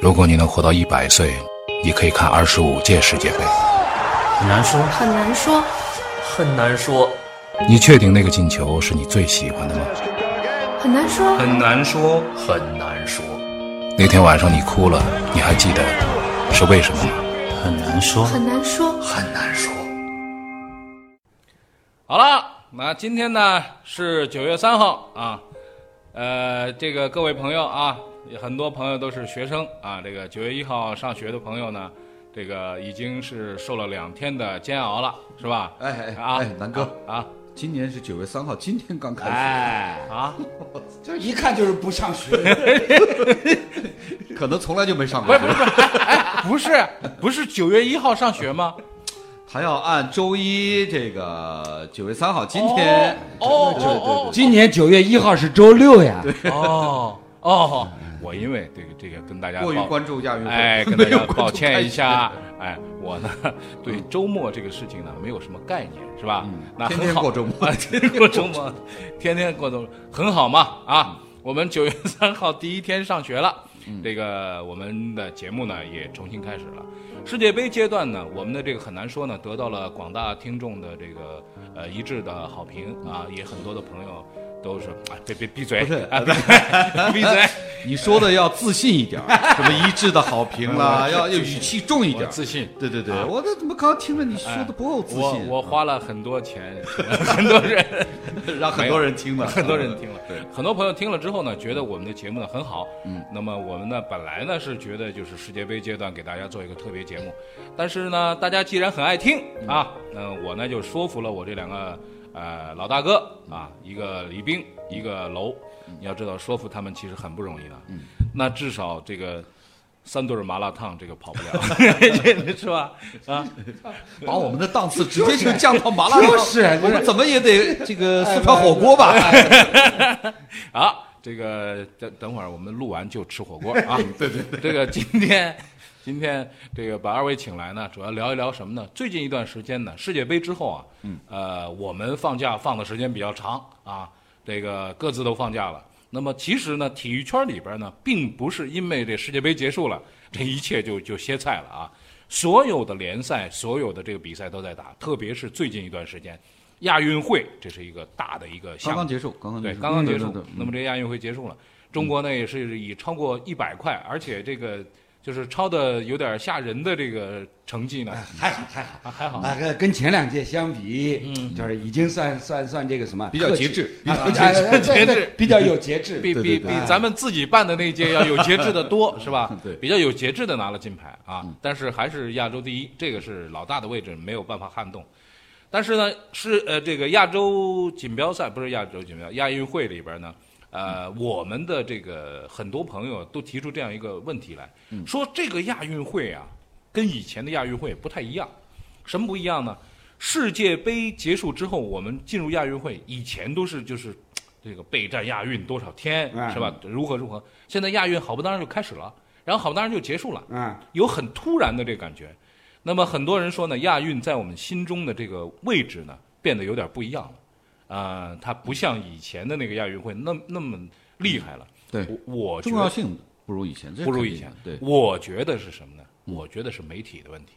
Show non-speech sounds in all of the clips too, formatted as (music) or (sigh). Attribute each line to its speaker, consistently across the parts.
Speaker 1: 如果你能活到一百岁，你可以看二十五届世界杯。
Speaker 2: 很难说，
Speaker 3: 很难说。
Speaker 2: 很难说，
Speaker 1: 你确定那个进球是你最喜欢的吗？
Speaker 3: 很难说，
Speaker 2: 很难说，很难说，
Speaker 1: 那天晚上你哭了，你还记得是为什么吗？
Speaker 4: 很难说。
Speaker 3: 很难说。
Speaker 2: 很难说。
Speaker 5: 好了，那今天呢是九月三号啊，呃，这个各位朋友啊，很多朋友都是学生啊，这个九月一号上学的朋友呢，这个已经是受了两天的煎熬了，是吧？
Speaker 6: 哎哎
Speaker 5: 啊
Speaker 6: 哎，南哥，
Speaker 5: 啊，
Speaker 6: 今年是九月三号，今天刚开
Speaker 5: 哎啊，
Speaker 6: 始，这一看就是不上学，可能从来就没上过学。
Speaker 5: 不是不是九月一号上学吗？
Speaker 6: 他要按周一这个九月三号，今天
Speaker 5: 哦
Speaker 6: 对对
Speaker 5: 哦
Speaker 6: 对
Speaker 7: 今年九月一号是周六呀，
Speaker 5: 哦哦哦，我因为这个这个跟大家
Speaker 6: 过于
Speaker 5: 报
Speaker 6: 关注亚运会，
Speaker 5: 哎，跟大
Speaker 6: 没有
Speaker 5: 家
Speaker 6: 关注
Speaker 5: 抱
Speaker 6: 太
Speaker 5: 歉一
Speaker 6: 多
Speaker 5: 下，哎，我呢对周末这个事情呢没有什么概念，是吧？那
Speaker 6: 天
Speaker 5: 很
Speaker 6: 嗯天
Speaker 5: 好
Speaker 6: 过周末 (laughs)
Speaker 5: (laughs) 啊，天天过周末，天天过周末，很好嘛
Speaker 6: 嗯
Speaker 5: 啊！我们九月三号第一天上学了，这个我们的节目呢也重新开始了。世界杯阶段呢，我们的这个很难说呢，得到了广大听众的这个呃一致的好评啊，也很多的朋友都是哎别别闭嘴，
Speaker 6: 嗯不是
Speaker 5: 啊，闭嘴
Speaker 6: (laughs)
Speaker 5: 闭嘴。
Speaker 6: 你说的要自信一点儿，
Speaker 5: (laughs)
Speaker 6: 什么一致的好评啦，要要语气重一
Speaker 5: 我
Speaker 6: 点儿。
Speaker 5: 自信，
Speaker 6: 对对对
Speaker 5: 啊，
Speaker 6: 我这怎么刚刚听着你说的不够自信？嗯
Speaker 5: 我我花了很多钱，请了很多人，
Speaker 6: 让很多人听了，
Speaker 5: 很多人听了，
Speaker 6: 对，
Speaker 5: 很多朋友听了之后呢，觉得我们的节目呢很好。嗯，那么我们呢本来呢是觉得就是世界杯阶段给大家做一个特别节目，但是呢大家既然很爱听啊，那我呢就说服了我这两个呃老大哥啊，一个李冰，一个楼。你要知道，说服他们其实很不容易的。嗯，那至少这个三顿麻辣烫这个跑不 (laughs) 了，是吧？啊，
Speaker 6: 把我们的档次直接就降到麻辣烫，
Speaker 7: 就是
Speaker 6: 我们怎么也得这个
Speaker 5: 哎
Speaker 6: 四川火锅吧？
Speaker 5: 好，啊这个等等会儿我们录完就吃火锅啊。 (laughs) 对对对，这个今天今天这个把二位请来呢，主要聊一聊什么呢？最近一段时间呢，世界杯之后啊，嗯，呃，我们放假放的时间比较长啊，这个各自都放假了。那么其实呢，体育圈里边呢，并不是因为这世界杯结束了，这一切就就歇菜了啊。所有的联赛，所有的这个比赛都在打，特别是最近一段时间，亚运会这是一个大的一个项
Speaker 6: 刚
Speaker 5: 目。
Speaker 6: 刚结束，刚刚
Speaker 5: 对，刚刚结束。那
Speaker 6: 那
Speaker 5: 么
Speaker 6: 么
Speaker 5: 这亚运会结束了，中国呢也是以超过一百块，而且这个就是超的有点吓人的这个成绩呢，
Speaker 7: 还好还好。
Speaker 5: 啊还好。
Speaker 7: 啊，跟前两届相比，就是已经算算算这个什么
Speaker 6: 比较
Speaker 7: 克
Speaker 6: 节制
Speaker 7: 啊
Speaker 6: 比较
Speaker 7: 啊
Speaker 6: 节制
Speaker 7: 啊对
Speaker 5: 节
Speaker 7: 对
Speaker 5: 制
Speaker 7: 比较有节制。
Speaker 5: (laughs) 比
Speaker 6: 对
Speaker 5: 比
Speaker 6: 对
Speaker 5: 比
Speaker 6: 对
Speaker 5: 咱们自己办的那一届要有节制的多，
Speaker 6: (laughs)
Speaker 5: 是吧？
Speaker 6: 对嗯
Speaker 5: 比较有节制的拿了金牌啊，但是还是亚洲第一，这个是老大的位置，没有办法撼动。但是呢，是呃，这个亚洲锦标赛不是亚洲锦标，亚运会里边呢，
Speaker 6: 嗯
Speaker 5: 呃，我们的这个很多朋友都提出这样一个问题来，
Speaker 6: 嗯
Speaker 5: 说这个亚运会啊，跟以前的亚运会不太一样，什么不一样呢？世界杯结束之后，我们进入亚运会，以前都是就是这个备战亚运多少天
Speaker 7: 嗯
Speaker 5: 是吧？如何如何？现在亚运好不当然就开始了，然后好不当然就结束了，
Speaker 7: 啊，
Speaker 5: 有很突然的这个感觉。那么很多人说呢，亚运在我们心中的这个位置呢，变得有点不一样了。啊、它不像以前的那个亚运会那那么厉害了。
Speaker 6: 对
Speaker 5: 我我觉
Speaker 6: 重
Speaker 5: 得
Speaker 6: 要性不如以前，这是
Speaker 5: 不如以
Speaker 6: 肯定
Speaker 5: 前
Speaker 6: 的。对，
Speaker 5: 我觉得是什么呢？我觉得是媒体的问题。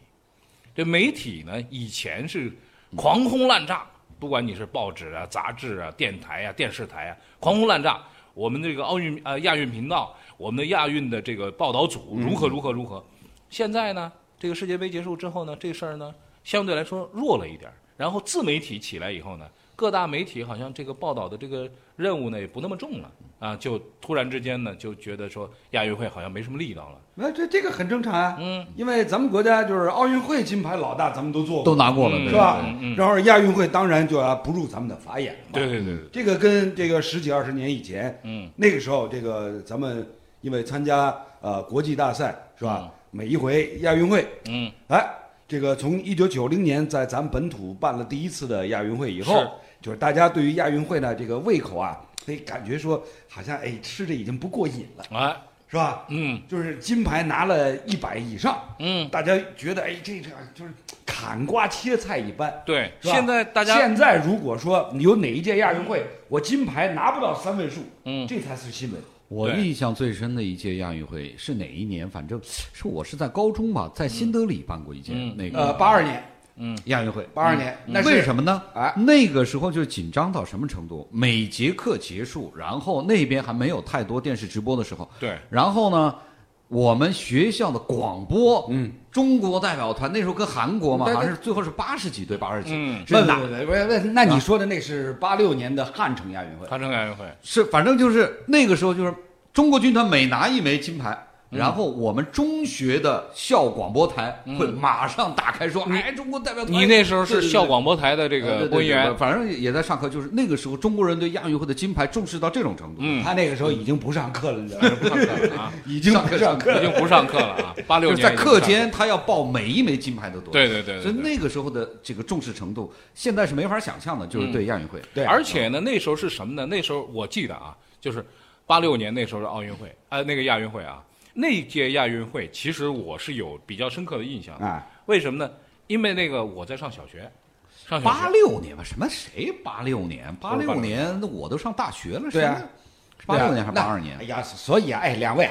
Speaker 5: 这媒体呢，以前是狂轰滥炸，不管你是报纸啊、杂志啊、电台啊、电视台啊，狂轰滥炸。我们这个奥运呃亚运频道，我们的亚运的这个报道组如
Speaker 6: 嗯
Speaker 5: 何如何如何。现在呢，这个世界杯结束之后呢，这事儿呢相对来说弱了一点儿。然后自媒体起来以后呢，各大媒体好像这个报道的这个任务呢也不那么重了啊，就突然之间呢就觉得说亚运会好像没什么力道了。
Speaker 7: 那这这个很正常啊，
Speaker 5: 嗯，
Speaker 7: 因为咱们国家就是奥运会金牌老大，咱们都做
Speaker 6: 都
Speaker 7: 过，
Speaker 6: 拿过了，
Speaker 5: 嗯
Speaker 6: 对
Speaker 7: 是吧
Speaker 5: 嗯嗯？
Speaker 7: 然后亚运会当然就要不入咱们的法眼了嘛。
Speaker 5: 对对对对，
Speaker 7: 这个跟这个十几二十年以前，
Speaker 5: 嗯，
Speaker 7: 那个时候这个咱们因为参加呃国际大赛是吧？每一回亚运会，
Speaker 5: 嗯，
Speaker 7: 哎，这个从一九九零年在咱们本土办了第一次的亚运会以后，
Speaker 5: 是
Speaker 7: 就是大家对于亚运会呢这个胃口啊，哎，感觉说好像哎吃着已经不过瘾了，
Speaker 5: 哎，
Speaker 7: 是吧？
Speaker 5: 嗯
Speaker 7: 就是金牌拿了一百以上，
Speaker 5: 嗯，
Speaker 7: 大家觉得哎这这就是砍瓜切菜一般，
Speaker 5: 对，
Speaker 7: 是吧
Speaker 5: 现在大家
Speaker 7: 现在如果说有哪一届亚运会我金牌拿不到三位数，
Speaker 5: 嗯
Speaker 7: 这才是新闻。
Speaker 6: 我
Speaker 5: 对
Speaker 6: 印象最深的一届亚运会是哪一年？反正是我是在高中吧，在新德里办过一届、
Speaker 5: 嗯
Speaker 6: 那个
Speaker 7: 呃，八二年，
Speaker 6: 亚运会。
Speaker 7: 八二年，那是
Speaker 6: 为什么呢？
Speaker 7: 哎
Speaker 6: 那个时候就紧张到什么程度？每节课结束，然后那边还没有太多电视直播的时候，
Speaker 5: 对，
Speaker 6: 然后呢，我们学校的广播，嗯，中国代表团那时候跟韩国嘛，
Speaker 7: 对对
Speaker 6: 好像是最后是八十几对八十几，
Speaker 5: 嗯
Speaker 6: 是
Speaker 7: 问
Speaker 6: 哪
Speaker 7: 问问问问，那你说的那是八六年的汉城亚运
Speaker 6: 啊
Speaker 7: 会，
Speaker 5: 韩城亚运会，
Speaker 6: 是反正就是那个时候就是中国军团每拿一枚金牌。
Speaker 5: 嗯
Speaker 6: 然后我们中学的校广播台会马上打开说：“哎，中国代表团！”
Speaker 5: 你那时候是
Speaker 6: 对
Speaker 5: 校广播台的这
Speaker 6: 对对
Speaker 5: 个
Speaker 6: 对
Speaker 5: 播音员
Speaker 6: 对，反正也在上课。就是那个时候，中国人对亚运会的金牌重视到这种程度。
Speaker 5: 嗯，
Speaker 8: 他那个时候已经不上课了，你知道吗？
Speaker 5: 不上课了 (laughs) 啊，
Speaker 8: 已经不上课
Speaker 5: 已
Speaker 8: 了。
Speaker 5: 经不上课了啊，八六
Speaker 6: 就是
Speaker 5: 年
Speaker 6: 在
Speaker 5: 已经
Speaker 6: 课
Speaker 5: 不上
Speaker 6: 间，他要报每一枚金牌的多少。
Speaker 5: 对对对对
Speaker 6: 所以
Speaker 5: 对
Speaker 6: 那个时候的这个重视程度，现在是没法想象的，就是对亚运会。
Speaker 8: 对，
Speaker 5: 嗯而且呢，那时候是什么呢？那时候我记得啊，就是八六年那时候的奥运会，呃，那个亚运会啊，那届亚运会其实我是有比较深刻的印象
Speaker 7: 啊
Speaker 6: 嗯
Speaker 5: 的。
Speaker 8: 哎
Speaker 5: 为什么呢？因为那个我在上小学，上
Speaker 7: 哎
Speaker 5: 小
Speaker 6: 八
Speaker 5: 学
Speaker 6: 六年吧，什么谁八六年？八
Speaker 5: 是86
Speaker 6: 六年那我都上大学了，
Speaker 7: 对啊
Speaker 6: 谁呢，八六年还是
Speaker 7: 那
Speaker 6: 八二年嗯
Speaker 7: 哎？呀，所以啊，哎，两位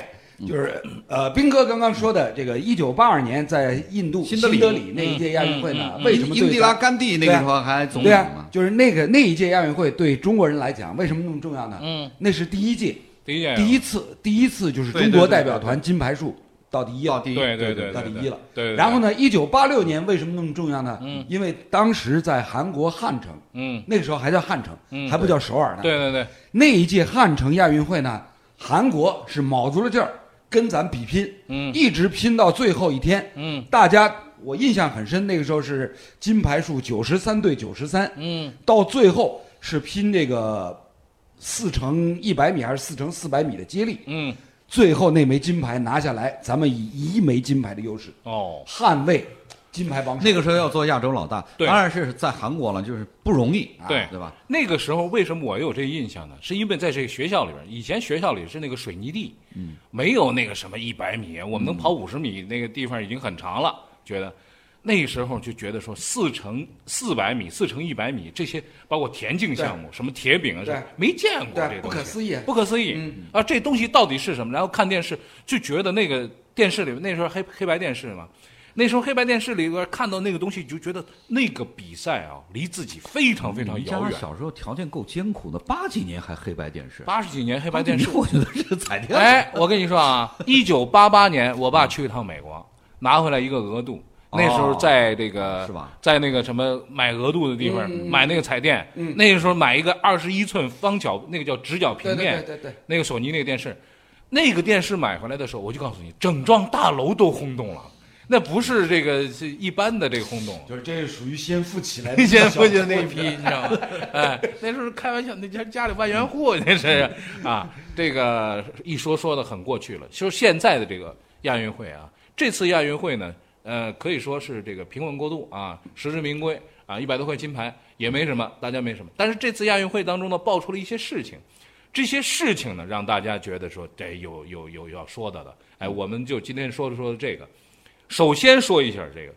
Speaker 7: 就是呃，斌哥刚刚说的这个一九八二年在印度
Speaker 6: 新德
Speaker 7: 德
Speaker 6: 里嗯
Speaker 7: 里那一届亚运会呢，为什么
Speaker 6: 英
Speaker 7: 对
Speaker 6: 英迪嗯
Speaker 7: 咱
Speaker 6: 拉甘地那个时候还总
Speaker 7: 对
Speaker 6: 统
Speaker 7: 啊
Speaker 6: 嘛，？
Speaker 7: 就是那个那一届亚运会对中国人来讲为什么那么重要呢？
Speaker 5: 嗯，
Speaker 7: 那是第一届，
Speaker 5: 第一届
Speaker 7: 第一次，第一次就是
Speaker 6: 对
Speaker 7: 中
Speaker 6: 对
Speaker 7: 国
Speaker 6: 对
Speaker 7: 代
Speaker 6: 对
Speaker 7: 表
Speaker 6: 对
Speaker 7: 团金牌数到第一了，
Speaker 6: 第一
Speaker 5: 对对对
Speaker 7: 到第一了。
Speaker 5: 对对对
Speaker 7: 然后呢，一九八六年为什么那么重要呢？嗯，因为当时在韩国汉城，
Speaker 5: 嗯，
Speaker 7: 那个时候还叫汉城，
Speaker 5: 嗯
Speaker 7: 还不叫首尔呢。
Speaker 5: 对对对，
Speaker 7: 那一届汉城亚运会呢，韩国是卯足了劲儿跟咱比拼，
Speaker 5: 嗯
Speaker 7: 一直拼到最后一天，
Speaker 5: 嗯，
Speaker 7: 大家我印象很深，那个时候是金牌数九十三对九十三，
Speaker 5: 嗯，
Speaker 7: 到最后是拼这个四乘一百米还是四乘四百米的接力，
Speaker 5: 嗯，
Speaker 7: 最后那枚金牌拿下来，咱们以一枚金牌的优势
Speaker 5: 哦，
Speaker 7: 捍卫金牌榜首。
Speaker 6: 那个时候要做亚洲老大，
Speaker 5: 对
Speaker 6: 当然是在韩国了，就是不容易，啊
Speaker 5: 对
Speaker 6: 对吧？
Speaker 5: 那个时候为什么我有这印象呢？是因为在这个学校里边，以前学校里是那个水泥地，嗯，没有那个什么一百米，我们
Speaker 7: 嗯
Speaker 5: 能跑五十米那个地方已经很长了。觉得那时候就觉得说四乘四百米、四乘一百米这些，包括田径项目，什么铁饼啊，什么
Speaker 7: 对
Speaker 5: 没见过这
Speaker 7: 对
Speaker 5: 东西
Speaker 7: 不可思议
Speaker 5: 不可思议、
Speaker 6: 嗯
Speaker 5: 啊！这东西到底是什么？然后看电视就觉得那个电视里面那时候黑黑白电视嘛。那时候黑白电视里边看到那个东西，就觉得那个比赛啊，离自己非常非常
Speaker 6: 你
Speaker 5: 遥
Speaker 6: 家
Speaker 5: 远。
Speaker 6: 小时候条件够艰苦的，八几年还黑白电视，
Speaker 5: 八十几年黑白电视。
Speaker 6: (laughs) 我觉得是彩电。
Speaker 5: 哎，我跟你说
Speaker 7: (laughs)
Speaker 5: 啊，一九八八年我爸去一趟美国，拿回来一个额度。
Speaker 7: 哦
Speaker 5: 那时候在这个、
Speaker 6: 是吧
Speaker 5: 在那个什么买额度的地
Speaker 7: 嗯
Speaker 5: 方、买那个彩电，那个时候买一个二十一寸方角，那个叫直角平
Speaker 7: 对对
Speaker 5: 面，
Speaker 7: 对对对，
Speaker 5: 那个索尼那个电视，那个电视买回来的时候，我就告诉你，整幢大楼都轰动了，那不是这个是一般的这个轰动，
Speaker 8: 就是这是属于先富起来的
Speaker 5: 以 (laughs)
Speaker 8: 小，
Speaker 5: 前父亲那一批，你
Speaker 8: (laughs)
Speaker 5: 知道吗？哎，那时候开玩笑，那家家里万元户那是啊，这个一说说的很过去了。就是现在的这个亚运会啊，这次亚运会呢，呃，可以说是这个平稳过渡啊，实至名归啊，一百多块金牌也没什么，大家没什么。但是这次亚运会当中呢，爆出了一些事情。这些事情呢，让大家觉得说，这有有有要说到的，哎，我们就今天说说说这个。首先说一下这个，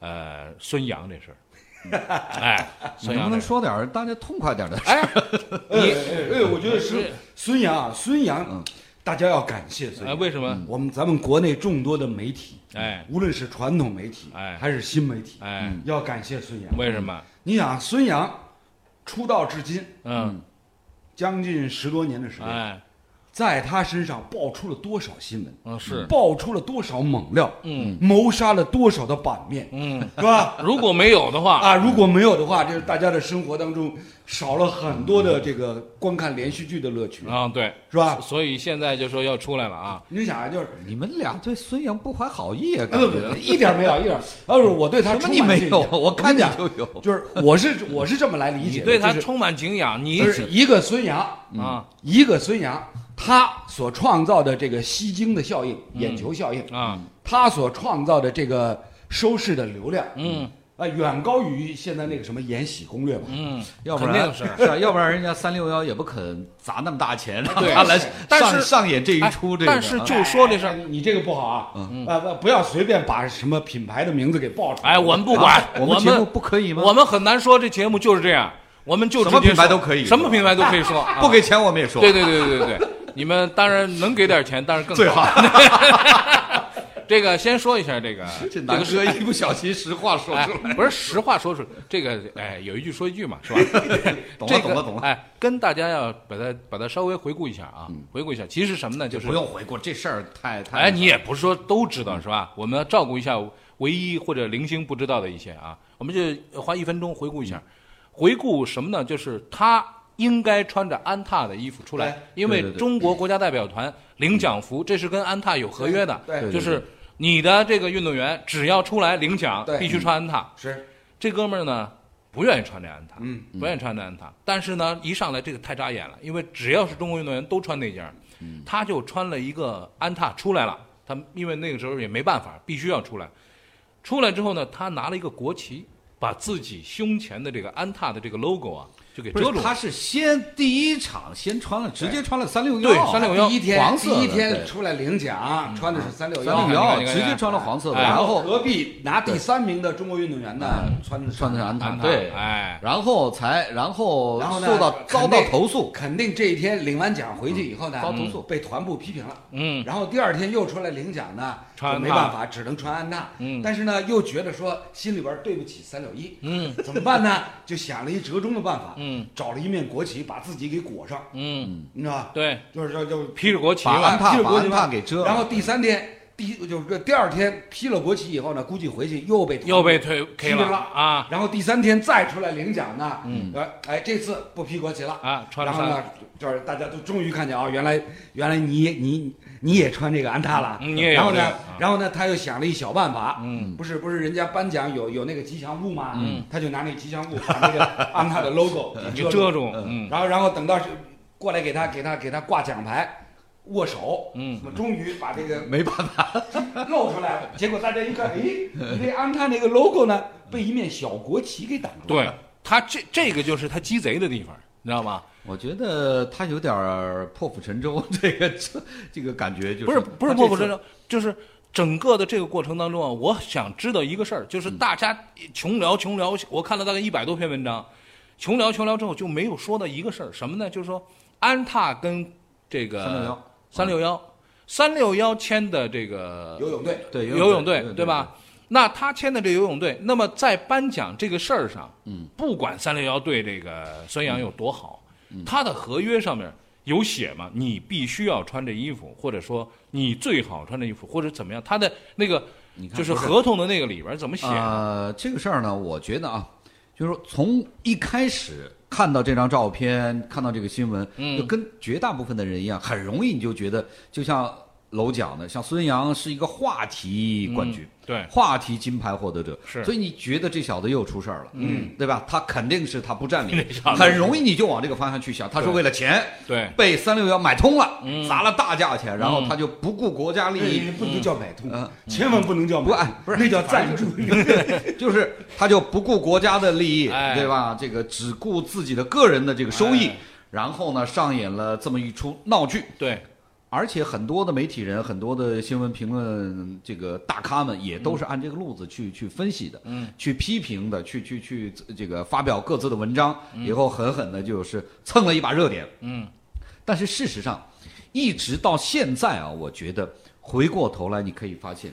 Speaker 5: 呃，孙杨这事儿，哎，
Speaker 6: 你
Speaker 5: 孙
Speaker 6: 能
Speaker 5: 杨这
Speaker 6: 不能
Speaker 5: 事
Speaker 6: 说点儿大家痛快点儿的？
Speaker 5: 哎，
Speaker 8: 哎哎哎，我觉得是孙杨啊，孙杨，大家要感谢孙
Speaker 5: 儿，哎，
Speaker 8: 杨。
Speaker 5: 嗯为什么？
Speaker 8: 我们咱们国内众多的媒体，
Speaker 5: 哎
Speaker 8: 无论是传统媒体，
Speaker 5: 哎
Speaker 8: 还是新媒体，
Speaker 5: 哎，
Speaker 8: 要感谢孙杨。
Speaker 5: 为什么？
Speaker 8: 你想，孙杨出道至今
Speaker 5: 嗯，
Speaker 8: 将近十多年的时间，
Speaker 5: 哎，
Speaker 8: 在他身上爆出了多少新闻？
Speaker 5: 嗯是，
Speaker 8: 爆出了多少猛料？
Speaker 5: 嗯，
Speaker 8: 谋杀了多少的版面？
Speaker 5: 嗯，
Speaker 8: 是吧？
Speaker 5: 如果没有的话，
Speaker 8: 啊，如果没有的话，这是大家的生活当中少了很多的这个观看连续剧的乐趣，
Speaker 5: 啊，对，
Speaker 8: 是吧？
Speaker 5: 所以现在就说要出来了啊，
Speaker 8: 你想啊，就是
Speaker 6: 你们俩对孙杨不怀好意啊，感
Speaker 7: 呃，不
Speaker 6: 觉
Speaker 7: 不，。一点没有，一点。呃，我对他
Speaker 6: 什么
Speaker 7: 充
Speaker 6: 你
Speaker 7: 满
Speaker 6: 没
Speaker 7: 敬
Speaker 6: 有？
Speaker 7: 仰
Speaker 6: 我看见
Speaker 7: 跟
Speaker 6: 就
Speaker 7: 你
Speaker 6: 有。
Speaker 7: 讲就是我是我是这么来理
Speaker 5: 你
Speaker 7: 解的，
Speaker 5: 对他
Speaker 7: 就是
Speaker 5: 充满敬仰，你
Speaker 7: 就是一个孙杨，
Speaker 6: 嗯
Speaker 5: 啊
Speaker 7: 一个孙杨，他所创造的这个吸睛的效应、
Speaker 6: 嗯
Speaker 7: 眼球效应，
Speaker 5: 啊，
Speaker 7: 他所创造的这个收视的流量，
Speaker 5: 嗯
Speaker 7: 啊，远高于现在那个什么《延禧攻略》吧。
Speaker 5: 嗯，
Speaker 6: 要不
Speaker 5: 肯
Speaker 6: 然
Speaker 5: 定是。
Speaker 6: 啊要不然人家三六幺也不肯砸那么大钱让
Speaker 5: 对
Speaker 6: 他来
Speaker 5: 但
Speaker 6: 上
Speaker 5: 是
Speaker 6: 上演这一
Speaker 5: 哎
Speaker 6: 出这个。啊嗯
Speaker 5: 但是就说这事儿，
Speaker 8: 哎你这个不好啊，
Speaker 7: 呃
Speaker 8: 啊不不要随便把什么品牌的名字给爆出来。
Speaker 5: 哎，我们不
Speaker 6: 啊
Speaker 5: 管，
Speaker 6: 我们节目不可以吗
Speaker 5: 我们很难说，这节目就是这样，我们就
Speaker 6: 什么
Speaker 5: 直接
Speaker 6: 品牌
Speaker 5: 说
Speaker 6: 都可以
Speaker 5: 什么品牌都可以说，啊
Speaker 6: 不给钱我们也说。
Speaker 5: 对对对对对对，你们当然能给点钱，当然更
Speaker 6: 最
Speaker 5: 好
Speaker 6: 好。
Speaker 5: 这个先说一下这个，
Speaker 6: 这南哥一不小心实话说
Speaker 5: 哎
Speaker 6: 出来，，
Speaker 5: 不是实话说出来，这个哎，有一句说一句嘛，是吧？
Speaker 6: 懂
Speaker 5: 这
Speaker 6: 了
Speaker 5: 个
Speaker 6: 懂了懂了，
Speaker 5: 哎，跟大家要把它把它稍微回顾一下啊，回顾一下。其实什么呢？就是
Speaker 6: 不用回顾这事儿太太。
Speaker 5: 哎，你也不是说都知道是吧？我们要照顾一下唯一或者零星不知道的一些啊，我们就花一分钟回顾一下。回顾什么呢？就是他应该穿着安踏的衣服出来
Speaker 7: 对，
Speaker 5: 因为
Speaker 6: 对对对
Speaker 5: 中国国家代表团领奖服，这是跟安踏有合约的，
Speaker 7: 对对
Speaker 5: 就
Speaker 6: 对
Speaker 5: 是你的这个运动员只要出来领奖，
Speaker 7: 对
Speaker 5: 必须穿安踏。
Speaker 7: 是
Speaker 5: 这哥们儿呢不愿意穿这安踏，
Speaker 7: 嗯，
Speaker 5: 不愿意穿这安踏，但是呢，一上来这个太扎眼了，因为只要是中国运动员都穿那件儿，他就穿了一个安踏出来了，他因为那个时候也没办法，必须要出来。出来之后呢，他拿了一个国旗，把自己胸前的这个安踏的这个 logo 啊，就给
Speaker 6: 不
Speaker 5: 遮
Speaker 6: 是
Speaker 5: 住了。
Speaker 6: 他是先第一场先穿了，直接穿了三六幺，
Speaker 5: 对361
Speaker 7: 第一天
Speaker 6: 黄色的
Speaker 7: 第一天
Speaker 6: 对嗯
Speaker 7: 出来领奖，穿的是三六
Speaker 6: 三
Speaker 5: 你
Speaker 6: 六
Speaker 5: 看
Speaker 6: 幺，
Speaker 5: 你看
Speaker 6: 直接穿了黄色的，
Speaker 5: 哎
Speaker 6: 然
Speaker 7: 然后
Speaker 6: 后嗯
Speaker 7: 隔壁拿第三名的中国运动员呢，穿的是
Speaker 6: 穿的是安踏，
Speaker 5: 安踏
Speaker 6: 对，
Speaker 5: 哎
Speaker 6: 然后才然后
Speaker 7: 然后呢
Speaker 6: 受到遭
Speaker 7: 肯
Speaker 6: 到
Speaker 7: 定
Speaker 6: 投诉，嗯
Speaker 7: 肯定这一天领完奖回去以后呢，
Speaker 6: 遭投诉
Speaker 7: 被团部批评了。
Speaker 5: 嗯，
Speaker 7: 然后第二天又出来领奖呢，
Speaker 5: 穿
Speaker 7: 就没
Speaker 5: 安踏
Speaker 7: 办法，只能穿安踏。
Speaker 5: 嗯
Speaker 7: 但是呢，又觉得说心里边对不起三六一，
Speaker 5: 嗯，
Speaker 7: (laughs) 怎么办呢？就想了一折中的办法，
Speaker 5: 嗯，
Speaker 7: 找了一面国旗把自己给裹上，
Speaker 5: 嗯，
Speaker 7: 你知道吧？，
Speaker 5: 对，
Speaker 7: 就是要要
Speaker 5: 披着国旗
Speaker 6: 把安
Speaker 5: 了，
Speaker 6: 踏
Speaker 7: 就是
Speaker 6: 把
Speaker 7: 国
Speaker 6: 安
Speaker 7: 际
Speaker 6: 踏
Speaker 7: 嘛
Speaker 6: 给遮了，
Speaker 7: 然后第三天，第就是第二天披了国旗以后呢，估计回去又被
Speaker 5: 又被推 K
Speaker 7: 批
Speaker 5: 了
Speaker 7: 了
Speaker 5: 啊。
Speaker 7: 然后第三天再出来领奖呢，嗯，哎，这次不披国旗了
Speaker 5: 啊穿了
Speaker 7: 然后呢，就是大家都终于看见啊，原来原来你你你也穿这个安踏了，
Speaker 5: 嗯你也有
Speaker 7: 然后呢
Speaker 5: 这个啊，
Speaker 7: 然后呢，他又想了一小办法，
Speaker 5: 嗯，
Speaker 7: 不是不是，人家颁奖有有那个吉祥物嘛，嗯，他就拿那个吉祥物把那
Speaker 5: (laughs)
Speaker 7: 个安踏的 logo
Speaker 5: 就遮住，嗯，
Speaker 7: 然后然后等到是过来给他给他给他挂奖牌。握手，
Speaker 5: 嗯
Speaker 7: 我们终于把这个
Speaker 6: 没办法，
Speaker 7: 露出来 (laughs) 了。结果大家一看，诶，你这安踏那个 logo 呢，被一面小国旗给挡住了。
Speaker 5: 对他这这个就是他鸡贼的地方，你知道吗？
Speaker 6: 我觉得他有点儿破釜沉舟，这个这这个感觉就是
Speaker 5: 不是不是
Speaker 6: 他这
Speaker 5: 破釜
Speaker 6: 次
Speaker 5: 沉舟，就是整个的这个过程当中啊，我想知道一个事儿，就是大家穷聊穷聊，我看了大概一百多篇文章，穷聊穷聊之后就没有说到一个事儿，什么呢？就是说安踏跟这个三六幺三六幺签的这个
Speaker 7: 游泳队
Speaker 6: 对
Speaker 5: 游泳
Speaker 6: 队
Speaker 5: 队，
Speaker 6: 对
Speaker 5: 对吧？？那他签的这游泳队，那么在颁奖这个事儿上，嗯，不管三六幺对这个孙杨有多好，他的合约上面有写嘛，你必须要穿这衣服，或者说你最好穿这衣服，或者怎么样，他的那个就是合同的那个里边怎么写？
Speaker 6: 呃，这个事儿呢，我觉得啊，就是说从一开始看到这张照片，看到这个新闻，
Speaker 5: 嗯
Speaker 6: 就跟绝大部分的人一样，很容易你就觉得，就像楼讲的，像孙杨是一个话题冠军。
Speaker 5: 嗯对，
Speaker 6: 话题金牌获得者，
Speaker 5: 是
Speaker 6: 所以你觉得这小子又出事儿了，嗯，对吧？他肯定是他不
Speaker 5: (laughs)
Speaker 6: 占理
Speaker 5: 这小，子
Speaker 6: 很容易你就往这个方向去想，他是为了钱，
Speaker 5: 对嗯
Speaker 6: 被三六幺买通了，砸了大价钱，然后他就不顾国家利益，
Speaker 7: 你不能叫买通
Speaker 6: 嗯，
Speaker 7: 千万不能叫买
Speaker 6: 不
Speaker 7: 通
Speaker 6: 哎，不是
Speaker 7: (laughs) 那叫赞助。
Speaker 6: 就是他就不顾国家的利益，
Speaker 5: 哎
Speaker 6: 对吧？这个只顾自己的个人的这个收益，然后呢上演了这么一出闹剧。
Speaker 5: 对，
Speaker 6: 而且很多的媒体人、很多的新闻评论这个大咖们也都是按这个路子去、去分析的，嗯，去批评的，去去去这个发表各自的文章，以后狠狠的就是蹭了一把热点，嗯。但是事实上，一直到现在啊，我觉得回过头来你可以发现，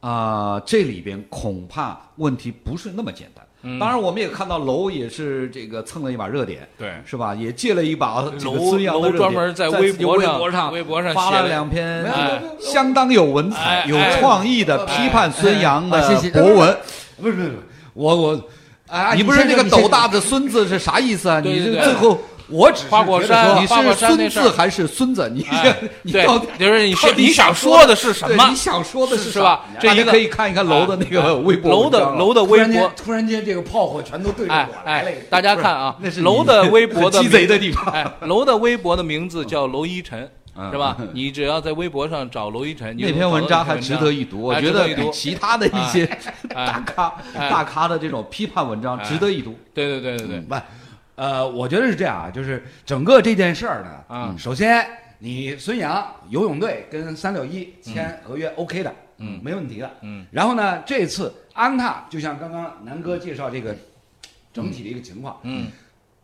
Speaker 6: 啊、这里边恐怕问题不是那么简单。当然，我们也看到楼也是这个蹭了一把热点，
Speaker 5: 对
Speaker 6: 是吧？也借了一把这个
Speaker 5: 楼
Speaker 6: 孙杨的
Speaker 5: 楼
Speaker 6: 热点
Speaker 5: 专门在
Speaker 6: 在
Speaker 5: 微
Speaker 6: 自己
Speaker 5: 博
Speaker 6: 微
Speaker 5: 上
Speaker 6: 博上
Speaker 5: 微博上
Speaker 6: 发
Speaker 5: 写
Speaker 6: 了
Speaker 5: 了
Speaker 6: 两篇
Speaker 5: 哎
Speaker 6: 相当有文采、
Speaker 5: 哎
Speaker 6: 有
Speaker 5: 哎啊
Speaker 6: 创意的批判孙杨
Speaker 7: 哎哎哎
Speaker 6: 的
Speaker 7: 谢谢
Speaker 6: 博文。
Speaker 7: 不是不是，我我啊，
Speaker 6: 你不是
Speaker 7: 先
Speaker 6: 那
Speaker 7: 说
Speaker 6: 个斗，大
Speaker 7: 你
Speaker 6: 的孙子是啥意思啊？
Speaker 5: 对
Speaker 6: 你
Speaker 5: 对
Speaker 6: 这
Speaker 5: 对
Speaker 6: 最后
Speaker 7: 我只是
Speaker 5: 花果
Speaker 7: 觉得
Speaker 5: 山
Speaker 7: 说
Speaker 5: 啊
Speaker 6: 你
Speaker 5: 花果
Speaker 6: 是
Speaker 5: 山那
Speaker 6: 孙
Speaker 5: 事儿
Speaker 6: 子还是孙子？你
Speaker 5: 哎
Speaker 6: 你
Speaker 5: 对
Speaker 6: 到底
Speaker 5: 就是你
Speaker 6: 到底
Speaker 5: 你想
Speaker 6: 说
Speaker 5: 说的是什
Speaker 6: 对
Speaker 5: 么
Speaker 6: 你想说的
Speaker 5: 是
Speaker 6: 什
Speaker 5: 吧
Speaker 6: 么
Speaker 5: 这
Speaker 6: 大
Speaker 5: 一
Speaker 6: 家
Speaker 5: 个哎
Speaker 6: 可以看一看楼的那个微博
Speaker 5: 楼
Speaker 6: 文章啊
Speaker 5: 的
Speaker 6: 了
Speaker 5: 楼的
Speaker 7: 突
Speaker 5: 微
Speaker 7: 然间
Speaker 5: 博，
Speaker 7: 突然间这个炮火全都对着
Speaker 5: 哎
Speaker 7: 我来了
Speaker 5: 哎
Speaker 7: 一个。，
Speaker 5: 大家看啊
Speaker 6: 那是，你
Speaker 5: 楼的微博
Speaker 6: (laughs)
Speaker 5: 的
Speaker 6: 鸡贼的地方
Speaker 5: 哎，楼的微博的名字叫楼一晨，
Speaker 6: 嗯
Speaker 5: 是吧？你只要在微博上找楼一晨，你就
Speaker 6: 那篇
Speaker 5: 能
Speaker 6: 文
Speaker 5: 找到
Speaker 6: 章还值
Speaker 5: 那篇
Speaker 6: 得
Speaker 5: 文
Speaker 6: 一读，我
Speaker 5: 哎
Speaker 6: 觉
Speaker 5: 值
Speaker 6: 得
Speaker 5: 得一
Speaker 6: 比
Speaker 5: 读。
Speaker 6: 其他的一些 (laughs)
Speaker 5: 哎
Speaker 6: 大咖
Speaker 5: 哎
Speaker 6: 大咖的这种批判文章值得一读。
Speaker 5: 对对对对对，
Speaker 6: 嗯
Speaker 7: 不，呃，我觉得是这样啊，就是整个这件事儿呢，
Speaker 5: 啊
Speaker 7: 首先你孙杨游泳队跟三六一签合约 OK 的，嗯，没问题的，
Speaker 5: 嗯。
Speaker 7: 然后呢，这次安踏就像刚刚南哥介绍这个整体的一个情况，
Speaker 5: 嗯，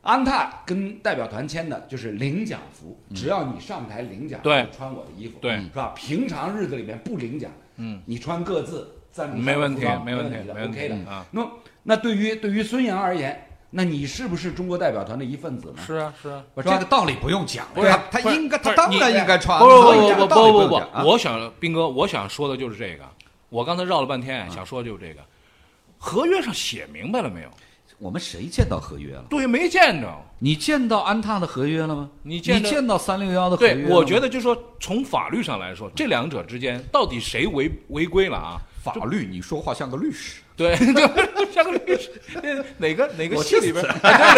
Speaker 7: 安踏跟代表团签的就是领奖服，只要你上台领奖，
Speaker 5: 嗯对
Speaker 7: 就穿我的衣服，
Speaker 5: 对
Speaker 7: 是吧？平常日子里面不领奖，
Speaker 5: 嗯，
Speaker 7: 你穿各自赞助商
Speaker 5: 没问题
Speaker 7: 服装
Speaker 5: 没问题
Speaker 7: 没
Speaker 5: 没
Speaker 7: 问
Speaker 5: 问
Speaker 7: 的
Speaker 5: 题
Speaker 7: ，OK 的
Speaker 5: 啊。
Speaker 7: 那那对于对于孙杨而言，那你是不是中国代表团的一份子呢？
Speaker 5: 是啊是啊，
Speaker 7: 我
Speaker 6: 这个道理不用讲，
Speaker 5: 不是
Speaker 7: 啊
Speaker 6: 他
Speaker 5: 不
Speaker 6: 他
Speaker 5: 是
Speaker 6: 应该
Speaker 5: 不
Speaker 6: 他
Speaker 5: 是
Speaker 6: 当
Speaker 5: 你
Speaker 6: 然应该穿，啊
Speaker 5: 不
Speaker 6: 所以这
Speaker 5: 不不
Speaker 6: 个道理
Speaker 5: 不
Speaker 6: 用
Speaker 5: 不
Speaker 6: 讲啊
Speaker 5: 我想斌哥，我想说的就是这个。我刚才绕了半天，想说的就是这个。合约上写明白了没有？
Speaker 6: 我们谁见到合约了？
Speaker 5: 对，没见着。
Speaker 6: 你见到安踏的合约了吗？
Speaker 5: 你
Speaker 6: 你
Speaker 5: 见到
Speaker 6: 到三六幺的合约了
Speaker 5: 对
Speaker 6: 吗？，
Speaker 5: 我觉得就说从法律上来说，这两者之间到底谁违违规了啊？
Speaker 6: 法律，你说话像个律师。
Speaker 5: 对， (laughs) 就像个律师，哪个哪个
Speaker 6: 我
Speaker 5: 戏里
Speaker 6: 气死 (laughs)
Speaker 5: 边？哎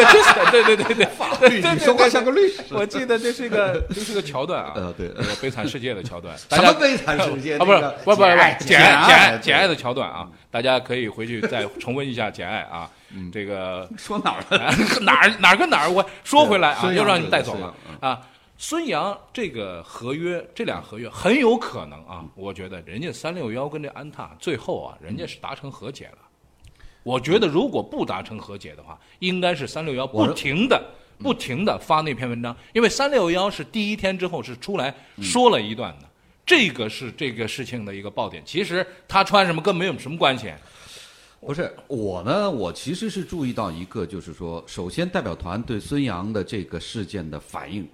Speaker 5: 对对对对对对对，法律
Speaker 6: 你说话像个律师。
Speaker 5: 我记得这是一个这是个桥段啊，
Speaker 6: 呃 (laughs) 对
Speaker 5: 这个悲惨世界的桥段，大
Speaker 6: 什
Speaker 5: 家
Speaker 6: 么悲惨世界？
Speaker 5: 啊，不是
Speaker 6: 那个哎啊
Speaker 5: 不是不
Speaker 6: 简
Speaker 5: 是
Speaker 6: 爱
Speaker 5: 简
Speaker 6: 爱
Speaker 5: 爱简
Speaker 6: 爱
Speaker 5: 爱的桥段啊，大家可以回去再重温一下简爱啊，
Speaker 6: 嗯
Speaker 5: 这个 (laughs)
Speaker 6: 说哪儿了？
Speaker 5: 哪儿哪儿跟哪儿，我说回来啊，
Speaker 6: 孙杨
Speaker 5: 又让你带走
Speaker 6: 对
Speaker 5: 了
Speaker 6: 的
Speaker 5: 啊。孙杨这个合约，这俩合约很有可能啊，我觉得人家三六幺跟这安踏最后啊，人家是达成和解了。我觉得如果不达成和解的话，应该是三六幺
Speaker 6: 我
Speaker 5: 不停的、不停的发那篇文章，因为三六幺是第一天之后是出来说了一段的，这个是这个事情的一个爆点。其实他穿什么跟没有什么关系，
Speaker 6: 不是我呢，我其实是注意到一个，就是说，首先代表团对孙杨的这个事件的反应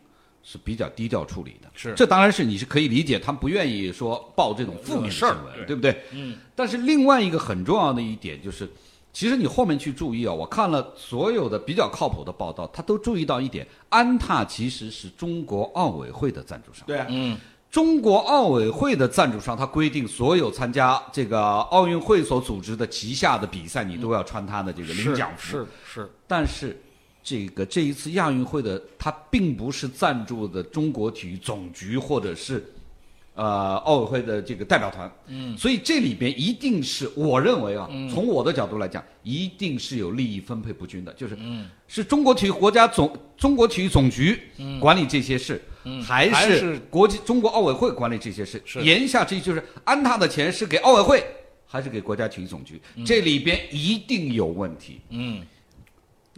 Speaker 6: 是比较低调处理的，
Speaker 5: 是
Speaker 6: 这当然是你是可以理解，他们不愿意说报这种负面新闻
Speaker 5: 惹事儿
Speaker 6: 对不对？嗯。但是另外一个很重要的一点就是，其实你后面去注意啊，我看了所有的比较靠谱的报道，他都注意到一点，安踏其实是中国奥委会的赞助商。
Speaker 8: 对啊，
Speaker 5: 嗯，
Speaker 6: 中国奥委会的赞助商，它规定所有参加这个奥运会所组织的旗下的比赛，你都要穿它的这个领奖服。
Speaker 5: 是是，
Speaker 6: 但是，这个这一次亚运会的，它并不是赞助的中国体育总局或者是呃奥委会的这个代表团。嗯，所以这里边一定是我认为啊，
Speaker 5: 嗯
Speaker 6: 从我的角度来讲，一定是有利益分配不均的，就是、
Speaker 5: 嗯
Speaker 6: 是中国体育国家总中国体育总局管理这些事。还
Speaker 5: 嗯还
Speaker 6: 是
Speaker 5: 是
Speaker 6: 国际中国奥委会管理这些事，
Speaker 5: 是
Speaker 6: 言下之意就是安踏的钱是给奥委会还是给国家体育总局？这里边一定有问题。
Speaker 5: 嗯，